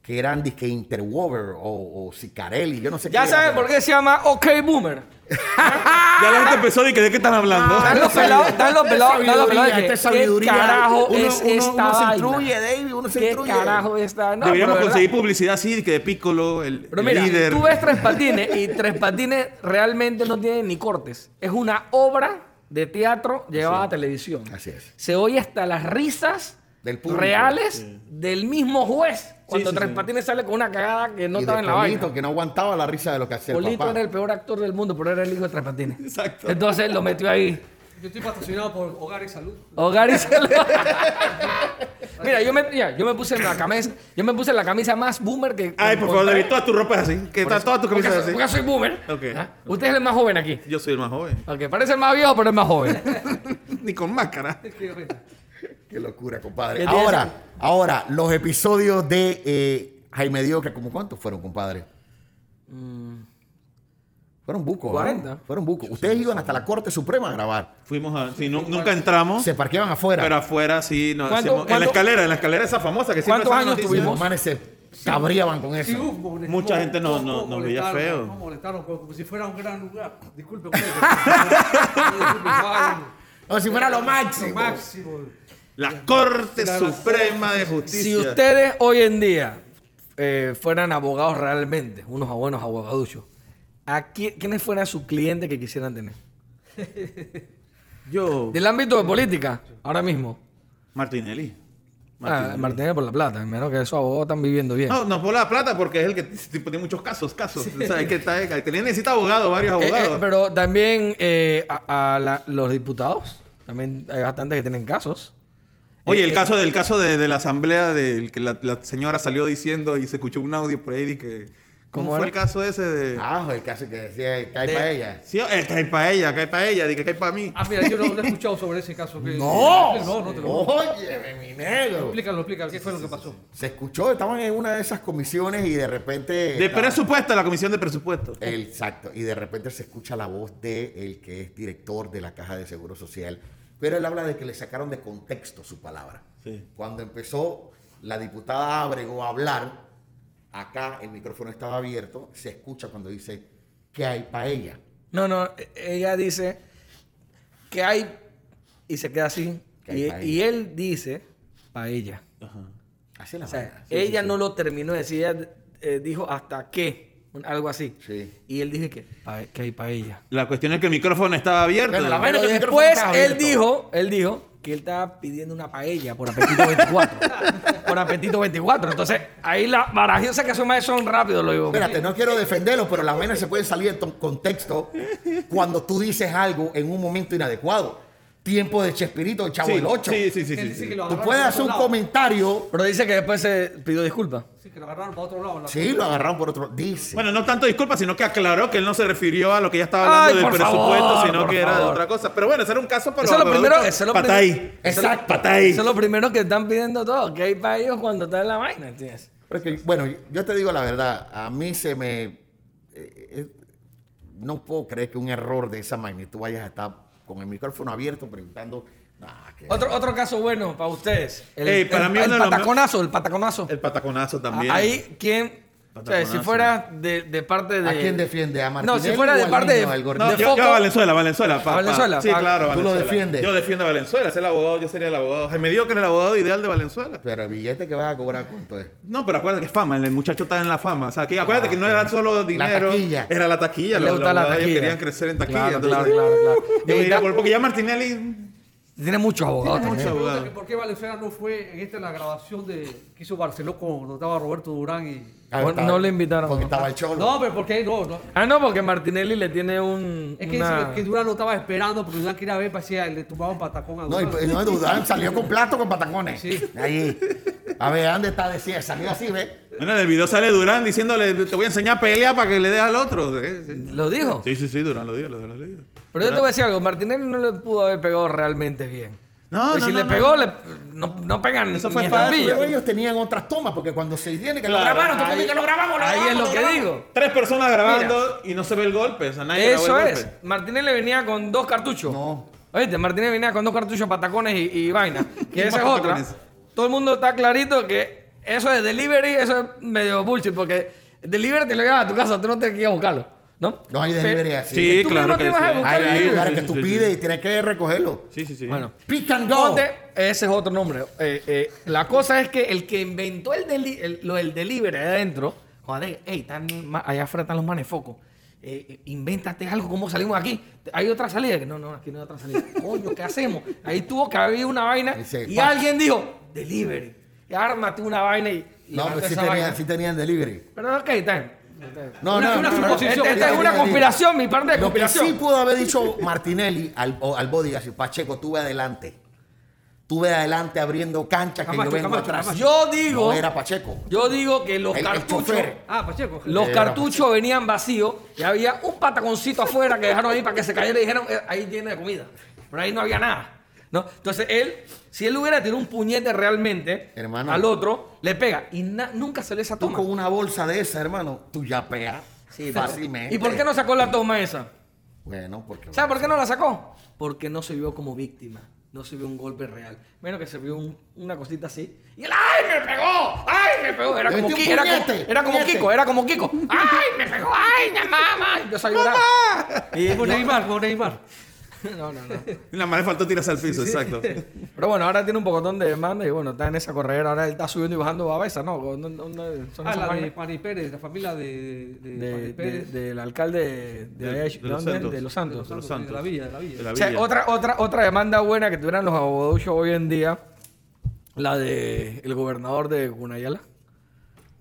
A: que eran disque Interwover o, o Cicarelli, yo no sé
B: Ya
A: qué
B: saben
A: era.
B: por qué se llama OK Boomer.
C: Ya la
B: Ah,
C: gente empezó y que de qué están hablando.
B: Están los pelados, están los pelados, están los pelados. de
A: Esta
B: que,
A: es
B: ¿Qué
A: sabiduría.
B: carajo
A: Uno-
B: es
A: uno- uno
B: esta
A: se
B: vaina?
A: instruye, David, uno se
B: ¿Qué
A: instruye.
B: carajo es esta? No,
C: Deberíamos
B: pero de verdad.
C: conseguir publicidad así, que de Piccolo, el,
B: Pero
C: el
B: mira,
C: líder.
B: tú ves Tres Patines y Tres Patines realmente no tiene ni cortes. Es una obra de teatro llevada a televisión.
A: Así es.
B: Se oye hasta las risas
A: Del público.
B: reales del mismo juez cuando
C: sí,
B: Tres
C: sí.
B: Patines sale con una cagada que no
A: Y
B: estaba
A: de
B: en la
A: Polito,
B: vaina.
A: que no aguantaba la risa de lo que hacía el
B: Polito
A: papá.
B: era el peor actor del mundo, pero era el hijo de Tres Patines.
C: Exacto.
B: Entonces lo metió ahí.
D: Yo estoy patrocinado por Hogar y Salud.
B: Hogar y salud. *laughs* Mira, yo me, ya, yo me puse en la camisa, yo me puse en la camisa más boomer que.
C: Ay, por favor,
B: encontré.
C: David, todas tus ropas así. Que está todas tus
B: Porque
C: camisas
B: soy-
C: así.
B: Porque soy boomer.
C: Ok.
B: ¿Ah? Usted es el más joven aquí.
C: Yo soy el más joven.
B: Ok, parece el más viejo, pero es más joven.
C: *laughs* Ni con máscara.
D: Es que, bueno,
A: Qué locura, compadre.
B: ¿Qué tiene
A: Ahora,
B: sentido?
A: ahora, los episodios de eh, Jaime Dioca, ¿cómo cuántos fueron, compadre?
B: Mm.
A: Fueron bucos. ¿ah?
B: 40.
A: Fueron bucos. Ustedes iban hasta la Corte Suprema a grabar.
C: Fuimos a. Sí, nu- nunca entramos.
A: Se parqueaban afuera.
C: Pero afuera sí. nos
B: ¿Cuánto-
C: hacíamos- en la
B: cuánto-
C: escalera, en la escalera esa famosa que siempre
B: ¿Cuántos
C: sale en
B: años
C: noticias.
A: Los
B: tuvimos?
A: manes se cabreaban con
D: sí,
A: eso.
D: uf, molest-
C: Mucha
D: mo-
C: gente no-
D: mo-
C: no-
D: mo-
C: nos veía
D: molestaron,
C: feo.
D: Nos molestaron como, como si fuera un gran lugar. Disculpe. ustedes, pero- *laughs* Disculpe, saben,
A: Como si fuera lo máximo.
D: máximo.
C: La Corte
D: La-
C: Suprema de Justicia.
B: si ustedes hoy en día eh, fueran abogados realmente, unos buenos abogaduchos, ¿a quién, quiénes fueran sus clientes que quisieran tener?
C: Yo.
B: Del ámbito de política, ahora mismo.
C: Martinelli.
B: Ah, Martínez por la plata, menos que esos abogados están viviendo bien.
C: No, no por la plata porque es el que tipo, tiene muchos casos, casos. O sea, es que está, que tenía- necesita abogados, varios
B: Eh, eh,
C: abogados.
B: pero también eh, a, a la- los diputados, también hay bastantes que tienen casos.
C: Oye, el caso del caso de, de la asamblea del que la, la señora salió diciendo y se escuchó un audio por ahí y que
B: ¿Cómo
C: ¿Cómo, fue
B: era?
C: el caso ese de
A: Ah, el caso que decía, cae para ella.
C: Sí, eh, cae para ella, cae para ella, dije cae para mí.
D: Ah, mira, yo no, no he escuchado sobre ese caso. Que,
A: ¡No! ¡Oh!
D: No, no te lo
A: Oye, mi negro.
D: Explícalo, explícalo. ¿Qué fue lo que pasó?
A: Se escuchó, estaban en una de esas comisiones y de repente.
C: De
A: estaba-
C: presupuesto, la comisión de presupuesto.
A: El- Exacto. Y de repente se escucha la voz de el que es director de la Caja de Seguro Social. Pero él habla de que le sacaron de contexto su palabra.
C: Sí.
A: Cuando empezó la diputada Abrego a hablar, acá el micrófono estaba abierto, se escucha cuando dice que hay para ella.
B: No, no, e- ella dice que hay y se queda así.
A: Que hay
B: Y,
A: pa'
B: y él dice para ella.
A: Así es la
B: O sea,
A: vaina. Ah, Sí,
B: ella
A: sí, sí.
B: no lo terminó de decir, ella eh, dijo hasta qué, un- algo así.
A: Sí.
B: Y él dice que, pa- que hay para ella.
C: La cuestión es que el micrófono estaba abierto.
A: Bueno, la vaina-
B: Pero
A: que el micrófono
B: después
A: estaba
B: él
A: abierto.
B: dijo, él dijo que él estaba pidiendo una paella por apetito 24. por apetito 24. Entonces, ahí la barajosa que suma son rápido, lo digo.
A: Espérate, no quiero defenderlo, pero las vainas se pueden salir de to- contexto cuando tú dices algo en un momento inadecuado. Tiempo de Chespirito, el Chavo
C: Sí,
A: del 8.
C: sí, sí, sí,
D: Él
C: sí,
D: dice
C: sí.
D: que lo
A: Tú
D: agarraron
A: puedes
D: por
A: hacer
D: otro
A: un
D: lado.
A: comentario.
B: Pero dice que después se pidió disculpas.
D: Sí, que lo agarraron para otro lado. la-
A: Sí, lo agarraron por otro. Dice.
C: Bueno, no tanto disculpa, sino que aclaró que él no se refirió a lo que ella estaba hablando
B: Ay,
C: del
B: por
C: presupuesto,
B: favor,
C: sino
B: por
C: que era de
B: favor.
C: otra cosa. Pero bueno, ese era un caso para
B: Eso es lo
C: los
B: primero,
C: abogados.
B: eso es lo
C: Patá
B: primero.
C: ahí.
A: Exacto.
C: Patá ahí.
B: Eso es lo primero que están pidiendo todos, que hay para ellos cuando está en la vaina, ¿entiendes?
A: Pero es que, bueno, yo te digo la verdad. A mí se me. eh, eh, no puedo creer que un error de esa magnitud vayas a estar con el micrófono abierto preguntando. "Ah, que-
B: Otro, otro caso bueno para ustedes. El,
C: Ey, para
B: el-
C: mí
B: el
C: uno de los
B: pataconazo, el pataconazo.
C: El pataconazo también.
B: Ahí, ¿quién? O sea, si fuera de, de parte de.
A: ¿A quién defiende? ¿A
B: No, si
A: Martinelli
B: fuera
A: o
B: de
A: al
B: parte
A: niño,
B: de.
A: al gordito?
C: No,
B: de
C: yo,
B: foco-
C: yo a Valenzuela, Valenzuela. pa, pa.
B: Valenzuela,
C: Sí,
B: pa.
C: claro,
A: Tú lo
C: Valenzuela.
A: defiendes.
C: Yo defiendo a Valenzuela, es el abogado, yo sería el abogado. Jaime Díaz, que era el abogado ideal de Valenzuela.
A: Pero el billete que vas a cobrar, ¿cuánto es?
C: No, pero acuérdate que es fama, el muchacho está en la fama. O sea, que acuérdate que no era solo dinero.
A: Ah, taquilla.
C: Era la taquilla.
B: Le
C: los-
B: gusta
C: los
B: la
C: abogados
B: taquilla.
C: querían crecer en taquilla.
B: Claro,
C: entonces,
B: claro, claro, claro.
C: *laughs* yo
B: Y
C: diría,
B: da-
C: bueno, porque ya Martinelli.
B: Tiene muchos abogados
D: Tengo
B: también.
D: mucha pregunta
C: abogado.
D: que ¿Por qué Valenzuela no fue en esta la grabación de, que hizo Barceló cuando estaba Roberto Durán? Y...
A: Ah,
B: Bueno,
A: estaba-
B: no le invitaron.
A: Porque estaba el cholo.
D: No, pero ¿por qué no? no.
B: *laughs* Ah, no, porque Martinelli le tiene un.
D: Es que,
B: una-
D: dice que Durán lo estaba esperando porque Durán quería ver, parecía, le tumbaban patacón a
A: No,
D: Durán.
A: y, pues- y no dudaron, salió con plato con patacones.
D: Sí.
A: Ahí. A ver, ¿dónde está? Decía, salió así, ¿ves?
C: Bueno, en el video sale Durán diciéndole: Te voy a enseñar a pelear para que le des al otro. ¿eh? Sí,
B: Lo dijo.
C: Sí, sí, sí, Durán lo dijo. Lo, lo- lo dijo.
B: Pero yo te voy a decir algo, Martinelli no le pudo haber pegado realmente bien.
C: No,
B: Pues
C: no,
B: si
C: no,
B: le
C: no.
B: pegó, le- no, no pegan
C: Eso fue
B: ni
C: falso,
B: estampillas.
A: Pero ellos tenían otras tomas, porque cuando se tiene que lo
C: Claro,
A: grabaron, tú
C: ahí-
A: también que lo grabamos, lo
B: Ahí es
A: grabamos,
B: lo que
A: grabamos.
B: digo.
C: Tres personas grabando y no se ve el golpe. O sea, nadie grabó
B: Eso
C: el
B: es.
C: golpe.
B: Martinelli venía con dos cartuchos.
A: No.
B: Oíste, Martinelli venía con dos cartuchos patacones y,
A: *laughs*
B: y vaina. Que esa es otra.
C: patacones?
B: Todo el mundo está clarito que eso de delivery, eso es medio bullshit, porque delivery te lo llevas a tu casa, tú no tienes que ir a buscarlo. ¿No?
A: No hay
B: Pe-
A: delivery así.
C: Sí,
B: Tú
C: claro
B: mismo
C: que
B: te vas a
C: sí.
B: buscar
A: Hay
B: el
A: hay
B: delivery.
A: lugares que tú
C: Sí, sí,
A: pides y tienes que recogerlo.
C: Sí, sí, sí.
B: Bueno.
A: Pick and go.
B: Ponte, ese es otro nombre. Eh, eh, la cosa es que el que inventó el deli- el- lo del delivery de adentro, joder, hey, están ma- allá afuera están los manes focos. Eh, eh, invéntate algo, ¿cómo salimos aquí? Hay otra salida. Que No, no, aquí no hay otra salida.
A: *laughs*
B: Coño, ¿qué hacemos? Ahí tuvo que haber una vaina
A: Ese,
B: y
A: pa.
B: alguien dijo, delivery. Ármate una vaina y. y
A: No,
B: levanta
A: pero sí
B: esa
A: tenían,
B: vaina".
A: sí tenían delivery.
B: Pero ok, está bien.
A: No,
D: Una-
A: no,
D: una
A: no, no,
D: suposición.
A: no, no,
D: Esta
B: es
A: no,
B: una
A: no,
B: conspiración, mi parte de
A: Lo que
B: conspiración.
A: sí pudo haber dicho Martinelli al, o- al Bodigas y Pacheco, tú ve adelante. Tú ve adelante abriendo cancha que
D: Camacho,
A: yo vengo
D: Camacho,
A: atrás.
D: Camacho.
B: Yo digo.
A: No era Pacheco.
B: Yo digo que los
A: El- el
B: cartuchos.
A: chofer.
D: Ah, Pacheco.
B: Los
A: Era
B: cartuchos venían vacíos y había un pataconcito afuera que dejaron ahí para que se cayera y dijeron, "Eh, ahí tiene de comida. Pero ahí no había nada. ¿No? Entonces él, si él hubiera tirado un puñete realmente
A: Hermano.
B: al otro, le pega. Y na- nunca salió esa
A: Tú
B: toma.
A: con una bolsa de esa, hermano, tú ya peas fácilmente.
B: ¿Y por qué no sacó la toma esa?
A: Bueno, porque...
B: ¿Sabes por qué no la sacó? Porque no se vio como víctima. No se vio un golpe real. Menos que se vio un- una cosita así. Y él, ¡ay, me pegó! ¡Ay, me pegó! Era
A: Le
B: como,
A: metí un
B: Ki- era
A: puñete,
B: como, era como
A: puñete.
B: Kiko, era como Kiko. ¡Ay, me pegó! ¡Ay, ya, mamá! Y Yo salí llorando. Y
D: Como Neymar, como Neymar.
B: *laughs* No, no, no.
C: La madre faltó tirarse al piso,
B: *laughs*
C: exacto.
B: Pero bueno, ahora tiene un pocotón de demanda y bueno, está en esa corredera. Ahora él está subiendo y bajando babesa, ¿no? Con- con- con- son
D: Ah,
B: esas
D: la de
B: vainas
D: Pani Pérez, la familia de, de, de Pani
B: de- de-
D: Pérez.
B: del alcalde de, allá de- ¿de dónde? De Los Santos.
C: De los
D: Santos, de la
C: Santos.
D: villa, de la villa.
C: De la
B: O sea,
C: villa.
B: otra, otra, otra demanda buena que tuvieran los abogaduchos hoy en día, la de el gobernador de Cunayala.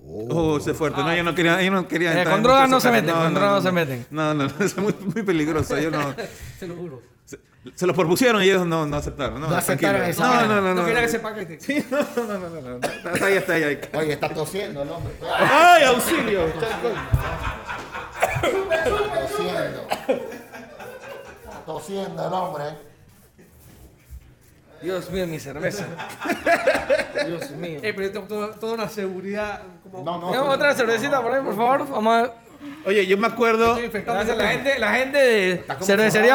C: Oh, ese fuerte. No, yo no quería, yo no quería
B: Eh,
C: entrar
B: con
C: en
B: drogas
C: muchos
B: no se
C: casos.
B: meten, con drogas no se meten.
C: No, no, *laughs* no, es muy, muy peligroso. Yo no.
D: Se lo juro.
C: Se, se los propusieron y ellos no, no aceptaron. No,
A: No aceptaron
C: tranquilo.
A: esa
C: No,
A: vaina.
C: no, no, no.
D: No quería que este. sepa que te-
C: Sí, no, no, no, no, no. Está ahí, está ahí, ahí.
A: Oye, está tosiendo el hombre.
C: ¡Ay, auxilio!
A: Tosiendo. Está tosiendo el hombre.
B: Dios mío, mi *laughs* cerveza. Dios mío.
D: Eh, pero yo tengo toda, toda una seguridad. Como...
A: No, no.
B: ¿Tenemos otra cervecita por ahí, por favor? Vamos a
C: Oye, yo me acuerdo.
D: Estoy infectado.
B: Gracias, la gente, la gente de
A: como
B: Cervecería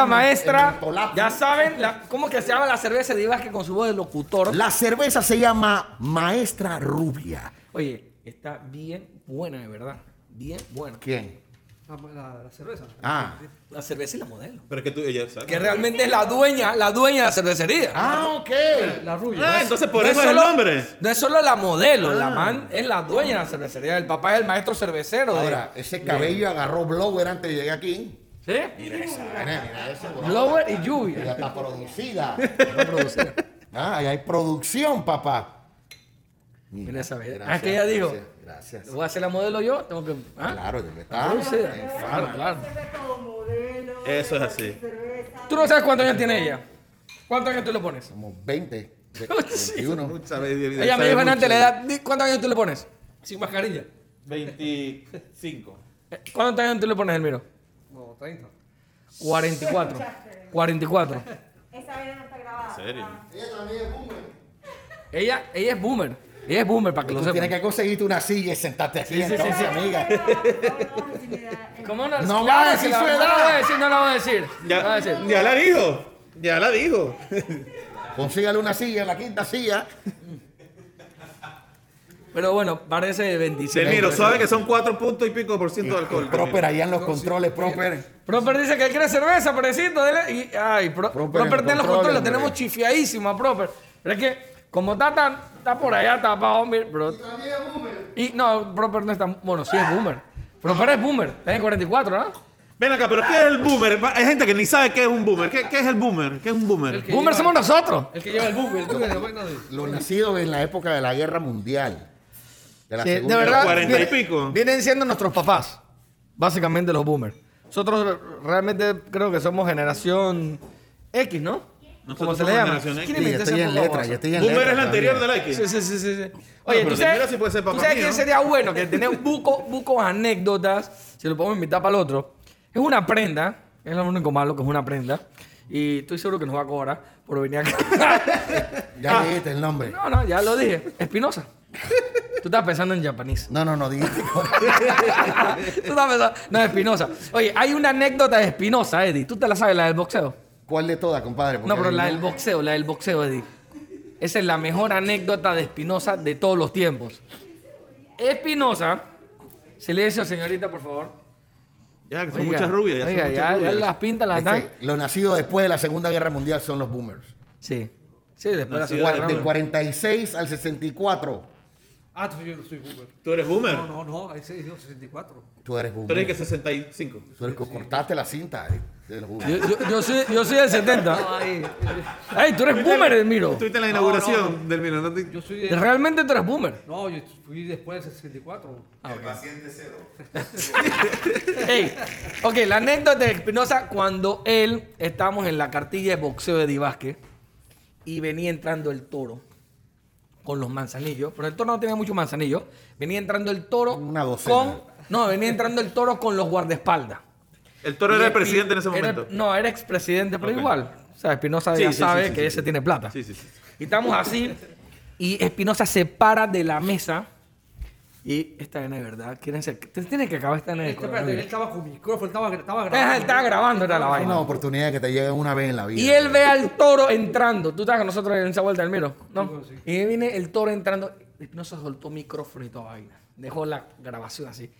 A: forrado en- en
B: Maestra,
A: mentolato.
B: ya saben la- cómo que se llama la cerveza de Ibas que con su voz de locutor.
A: La cerveza se llama Maestra Rubia.
B: Oye, está bien buena, de verdad. Bien buena.
A: ¿Quién?
D: La, la- la cerveza.
A: Ah.
B: La cerveza y la modelo.
C: Pero es que tú, ella sabe.
B: Que realmente es la dueña, la dueña de la cervecería.
A: Ah, ok.
D: La rubia.
C: Ah, entonces por
B: No
C: eso es el
B: solo-
C: nombre.
B: No es solo la modelo, la man es la dueña de la cervecería. El papá es el maestro cervecero. de-
A: Ahora, ese cabello agarró blower antes de llegar aquí.
B: ¿Sí?
A: Mira, mira eso, bro.
B: Blower y
A: Ya
B: lluvia.
A: está *laughs* producida. Ah, ahí hay producción, papá.
B: Mira esa vez.
A: gracias,
B: Ah, que ella dijo.
A: Gracias. gracias.
B: Voy a hacer la modelo yo, tengo que. ¿ah?
A: Claro, ya está.
B: Producida.
A: En fama.
B: Claro, claro.
C: Eso es así.
B: Tú no sabes cuántos años tiene ella. ¿Cuántos años tú le pones?
A: Como 20, ve- *laughs*
B: Oh,
A: 21.
C: Mucha vez- sabe
B: Ella me dijo
C: mucho.
B: antes la edad. di- ¿Cuántos años tú le pones?
D: Sin mascarilla.
C: 25.
B: Eh, ¿Cuántos años tú le pones, Elmiro?
D: No, 30.
B: 44. 44.
E: Esa vida no está grabada.
C: ¿En serio?
E: Ah,
B: Ella, ella es boomer. Ella es boomer, para que lo
A: Tú tienes
B: sepan.
A: que conseguirte una silla y sentarte aquí entonces, amiga.
B: ¿Cómo no?
A: No
B: Claro
A: va a
B: que
A: decir
B: la-
A: su
B: No la
A: edad.
B: voy a decir, no la voy a decir. No la voy a
C: Ya,
B: decir.
C: ya la dijo. Ya la dijo.
A: Consígale una silla, la quinta silla.
B: Pero bueno, parece 27.
C: Del Miro, suave que son cuatro puntos y pico por ciento de alcohol.
A: Proper allá en los controles, Proper.
B: Proper dice que él quiere cerveza, Perecito. dele- y- ay, Pro-
A: Proper en
B: Proper,
A: los
B: está en
A: controles,
B: los controles, la
A: hombre.
B: tenemos chifiadísima, Proper. Pero es que, como está tan, está por allá tapado, hombre, bro. Y no, Proper no está. Bueno, sí es boomer. Proper es boomer, está en 44, ¿no?
C: Ven acá, pero ¿qué es el boomer? Hay gente que ni sabe qué es un boomer. ¿Qué, qué es el boomer? ¿Qué es un boomer?
D: El que
B: Boomer
D: lleva-
B: somos nosotros.
D: El que lleva el bug, el bug de la vaina de.
A: Los nacidos en la época de la guerra mundial. De la
B: Sí, de
A: Segunda
B: verdad.
A: Guerra-
C: cuarenta y
B: viene-
C: pico.
B: Vienen siendo nuestros papás. Básicamente los boomers. Nosotros re- realmente creo que somos generación X, ¿no?
C: Nosotros
B: ¿Cómo se
C: somos
B: le llama?
C: generación X.
B: ¿Quién
A: Sí,
B: inventó
A: ya
B: esa
A: estoy en
B: poca
A: letra,
B: cosa?
A: ya estoy en letra.
C: Boomer es la anterior
A: también.
C: de la X.
B: Sí, sí, sí, sí, sí. Oye,
C: pero
B: ¿tú
C: de mira
B: sabes,
C: sí puede ser
B: tú
C: papá
B: sabes
C: mío,
B: quién
C: ¿no?
B: sería bueno? Que tener un buco, buco anécdotas, si lo podemos invitar para el otro. Es una prenda, es lo único malo que es una prenda. Y estoy seguro que nos va a cobrar por venir acá. *laughs*
A: Ya dijiste el nombre.
B: no, no, ya lo dije. Espinosa. Tú estás pensando en japonés.
A: No, no, no, dijiste.
B: Tú estás pensando- No, Espinosa. Oye, hay una anécdota de Espinosa, Eddie. ¿Tú te la sabes, la del boxeo?
A: *laughs* ¿Cuál de todas, compadre? Porque
B: No, pero
A: hay
B: la
A: una-
B: del boxeo, la del boxeo, Eddie. Esa es la mejor anécdota de Espinosa de todos los tiempos. Espinosa, silencio, señorita, por favor.
C: Ya, que son muchas rubias. Ya
B: oiga,
C: son muchas
B: ya, ya
C: rubias. Este,
B: las pintas las
A: Es
B: dan.
A: que los nacidos este, después de la Segunda Guerra Mundial son los boomers.
B: Sí. Sí, después la
C: Nació
B: segunda
A: Cuar-
B: round.
A: De 46 al 64,
D: Ah, tú, yo no soy boomer.
C: Tú eres boomer.
D: No, no, no, ese es de los 64.
A: tú eres boomer.
C: Tú eres que 65.
A: Tú eres que cortaste la cinta eh, de los boomers.
B: Yo, yo- yo soy, yo soy del 70.
D: Ay,
B: Ay, tú eres boomer, Miro.
C: Estuviste en la
D: No,
C: inauguración
D: no,
C: del Miro. ¿no? te-
D: yo soy de.
B: Realmente tú eres boomer.
D: No, yo fui después del 64.
B: Ey, ok, la anécdota de Espinosa cuando él estábamos en la cartilla de boxeo de Di Vázquez y venía entrando el toro con los manzanillos, pero el toro no tenía mucho manzanillo, venía entrando el toro
A: Una docena.
B: con no, venía entrando el toro con los guardaespaldas.
C: El toro era el
B: Y-
C: presidente en ese
B: era-
C: momento.
B: no, era expresidente, pero
C: Ok.
B: igual. O sea, Espinosa
C: Sí,
B: ya
C: sí, sí,
B: sabe
C: sí,
B: que
C: sí,
B: ese
C: sí.
B: tiene plata.
C: Sí, sí, sí.
B: Y estamos así. Y Espinosa se para de la mesa. Y esta vaina de verdad. Quieren ser. Tiene que acabar esta vaina de
D: Este, espérate, él
B: coronavirus.
D: estaba con micrófono, estaba, estaba
B: Ajá,
D: grabando.
B: él estaba grabando, era la
A: Es
B: vaina.
A: una oportunidad que te llega una vez en la vida.
B: Y él ve al toro entrando. Tú estabas con nosotros en esa vuelta del miro, ¿no?
D: Sí, sí.
B: Y viene el toro entrando. No se soltó micrófono y toda vaina. Dejó la grabación así.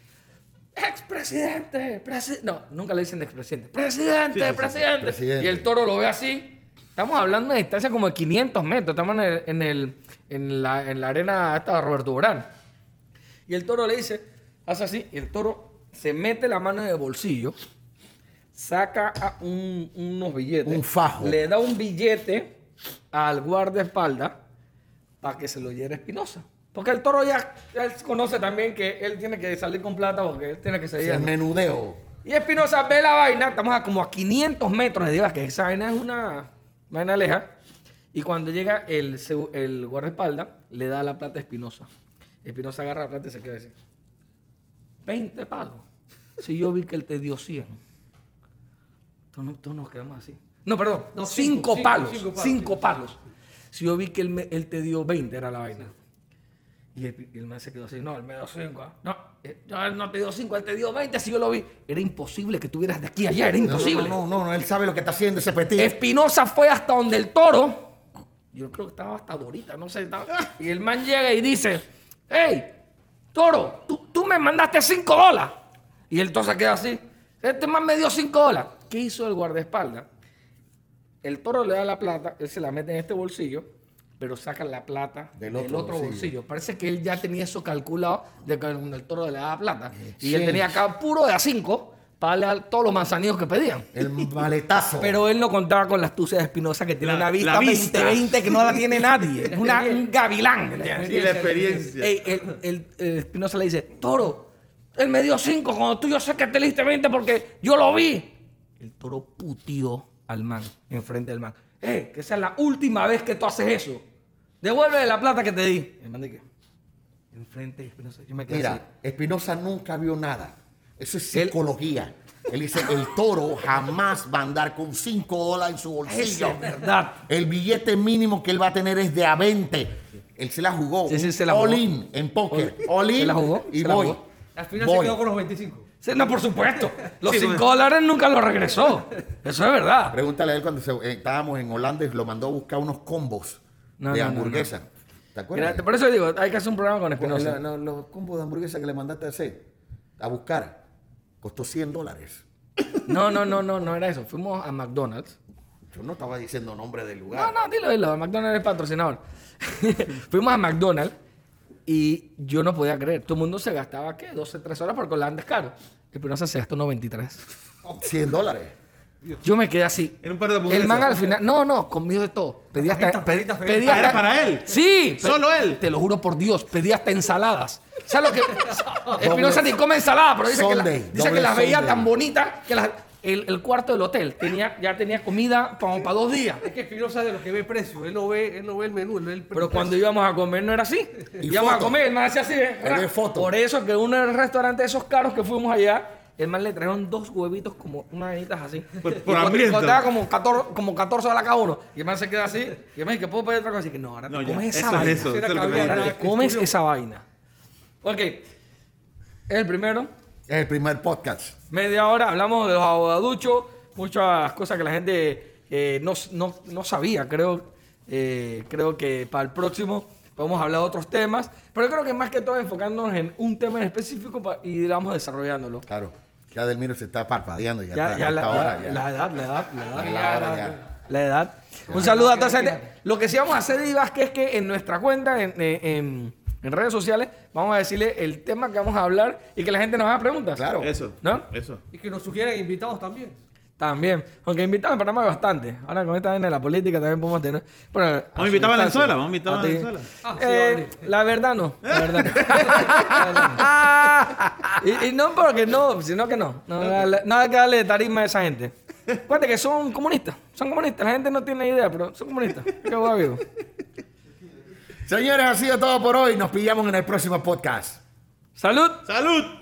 B: Expresidente, presidente. No, nunca le dicen de expresidente. Presidente, presidente.
A: Presidente.
B: Y el toro lo ve así. Estamos hablando de distancia como de 500 metros. Estamos en, el- en, el, en, la, en la arena esta de Roberto Durán. Y el toro le dice, hace así, y el toro se mete la mano en el bolsillo, saca a un- unos billetes.
A: Un fajo.
B: Le da un billete al guardaespaldas para que se lo lleve Espinosa. Porque el toro ya, ya él conoce también que él tiene que salir con plata porque él tiene que
A: Es
B: salir.
A: el menudeo.
B: Y Espinosa ve la vaina, estamos a como a 500 metros de Divas, que esa vaina es una vaina leja. Y cuando llega el, seu- el guardaespaldas, le da la plata a Espinosa. Espinosa agarra la plata y se queda así. 20 palos. Si yo vi que él te dio 100. Todos no- todos nos quedamos así. No, perdón.
D: No,
B: 5
D: cinco, cinco,
B: palos. 5
D: cinco
B: palos.
D: palos, cinco.
B: Si yo vi que él, me- él te dio 20, era la vaina. Y el, y el man se quedó así, no, él me dio 5. No, eh, no, él no te dio 5, él te dio 20, si yo lo vi. Era imposible que tuvieras de aquí a allá, era
A: No,
B: imposible.
A: no, no, no, no, él sabe lo que está haciendo ese petit.
B: Espinosa fue hasta donde el toro. Ah. Yo creo que estaba hasta Dorita, no sé. estaba- Y el man llega y dice, hey, toro, tú, tú me mandaste 5 dólares. Y el toro se queda así. Este man me dio 5 dólares. ¿Qué hizo el guardaespaldas? El toro le da la plata, él se la mete en este bolsillo, pero saca la plata del
A: Del
B: otro,
A: otro
B: bolsillo.
A: bolsillo.
B: Parece que él ya tenía eso calculado de que cuando el toro le daba plata. Y él
A: Exchange.
B: tenía acá puro de a 5 para darle a todos los manzanillos que pedían.
A: El maletazo.
B: Pero él no contaba con la astucia de Espinosa que tiene
C: La-
B: una vista
C: la vista.
B: 20-20 que no la tiene nadie.
C: *laughs*
B: Es una, un gavilán.
C: Y la experiencia.
B: Ey, el- el- el Espinosa le dice, Toro, él me dio 5 cuando tú yo sé que te le diste 20 porque yo lo vi. El toro putió al man, enfrente del man. Ey, que esa es la última vez que tú haces eso. Devuelve la plata que te di. El man de qué? Enfrente de Espinosa. Yo me quedé así.
A: Mira, Espinosa nunca vio nada. Eso es psicología. Él dice, el toro jamás va a andar con 5 dólares en su
B: Eso
A: bolsillo.
B: es verdad.
A: El billete mínimo que él va a tener es de a 20. Él se la jugó.
B: Sí, sí, se la jugó.
A: All in, en póker. All in.
B: Se la jugó,
A: Y
B: se la
A: voy.
B: jugó.
D: Al final se
A: Voy.
D: quedó con los 25.
B: Sí, No, por
C: *laughs*
B: supuesto. Los
C: Sí,
B: 5
C: bueno.
B: dólares nunca los regresó.
C: *laughs*
B: Eso es verdad.
A: Pregúntale a él cuando se- eh, estábamos en Holanda y lo mandó a buscar unos combos
B: No,
A: de
B: no, no,
A: hamburguesa. ¿Te acuerdas?
B: Mira, por eso digo, hay que hacer un programa con
A: Los
B: Espinosa.
A: los combos de hamburguesa que le mandaste a hacer, a buscar, costó 100 dólares.
B: No, no, no, no, no era eso. Fuimos a McDonald's.
A: Yo no estaba diciendo nombre del
B: No,
A: lugar.
B: no, dilo, dilo. McDonald's es patrocinador. *laughs* Fuimos a McDonald's y yo no podía creer. Todo el mundo se gastaba, ¿qué? 12, 3 horas porque Holanda es caro. Espinosa se gastó 93.
A: 100 dólares.
B: Yo me quedé así.
C: En un par de hamburguesas.
B: El man al final, no, no, comido de todo. Pedí hasta.
D: Fajitas,
B: pedí-
D: fajitas,
B: pedí hasta-
D: fajitas.
C: Ah, ¿era para él?
B: Sí. pe-
C: ¿Solo él?
B: Te lo juro por Dios, pedí hasta ensaladas. O sea, lo que.
C: *laughs*
B: Espinosa ni come ensalada, pero dice, que, la-
A: Sunday,
B: dice que
A: doble
B: las veía
A: Sunday.
B: tan bonitas que las- el, el cuarto del hotel tenía, ya tenía comida para, para dos días.
D: Es que Espinosa de los que ve precios, él no ve, él no ve el menú, él ve el precio.
B: Pero cuando íbamos a comer no era así.
A: Y
B: íbamos
A: foto.
B: a comer, el man hacía así. ¿eh?
A: Él ve foto.
B: Por eso que uno de los restaurantes esos caros que fuimos allá, el man le trajeron dos huevitos como unas anitas así.
C: Por-
B: Y
C: por
B: co-
C: hambriento.
B: Costaba como 14, como 14 dólares cada uno. Y el man se queda así. Y el man dice, ¿qué puedo pedir otra cosa? Y que no, ahora
C: No,
B: te
C: ya,
B: comes esa
C: eso es
B: vaina.
C: eso,
D: eso es lo que
B: Ahora
D: me
B: te
D: gusta.
B: comes esa vaina. Ok. El primero.
A: Es el primer podcast.
B: Media hora hablamos de los abogaduchos, muchas cosas que la gente eh, no, no- no sabía, creo. Eh, creo que para el próximo podemos hablar de otros temas, pero yo creo que más que todo enfocándonos en un tema en específico pa- y vamos desarrollándolo.
A: Claro. Ya Delmiro se está parpadeando. Ya,
B: Ya,
A: está,
B: ya la,
A: hasta ahora,
B: la-
A: ya.
B: la edad, la edad, la
A: Ya
B: edad. la
A: la
B: edad,
A: hora,
B: la-
A: ya.
B: la edad. Un saludo a toda esa gente. Lo que sí vamos a hacer, Divas, que es que en nuestra cuenta, en, en- en- en redes sociales, vamos a decirle el tema que vamos a hablar y que la gente nos haga preguntas.
A: Claro.
C: Eso.
B: ¿No?
C: Eso.
D: Y que nos sugieran invitados también.
B: También. Aunque invitados en Panamá hay bastante. Ahora con esta vaina de la política también podemos tener. Bueno,
C: a invitar a
B: su
C: Venezuela,
B: distancia.
C: vamos a invitar a
B: ti.
C: Venezuela.
D: Ah, sí,
B: Eh, la verdad
D: *laughs*
B: no. La verdad no. y, y no porque no, sino que no. No, Nada, nada que darle tarima a esa gente. Acuérdate que son comunistas. Son comunistas. La gente no tiene idea, pero son comunistas. Qué guay, vivo.
A: Señores, ha sido todo por hoy. Nos pillamos en el próximo podcast.
B: Salud.
C: ¡Salud!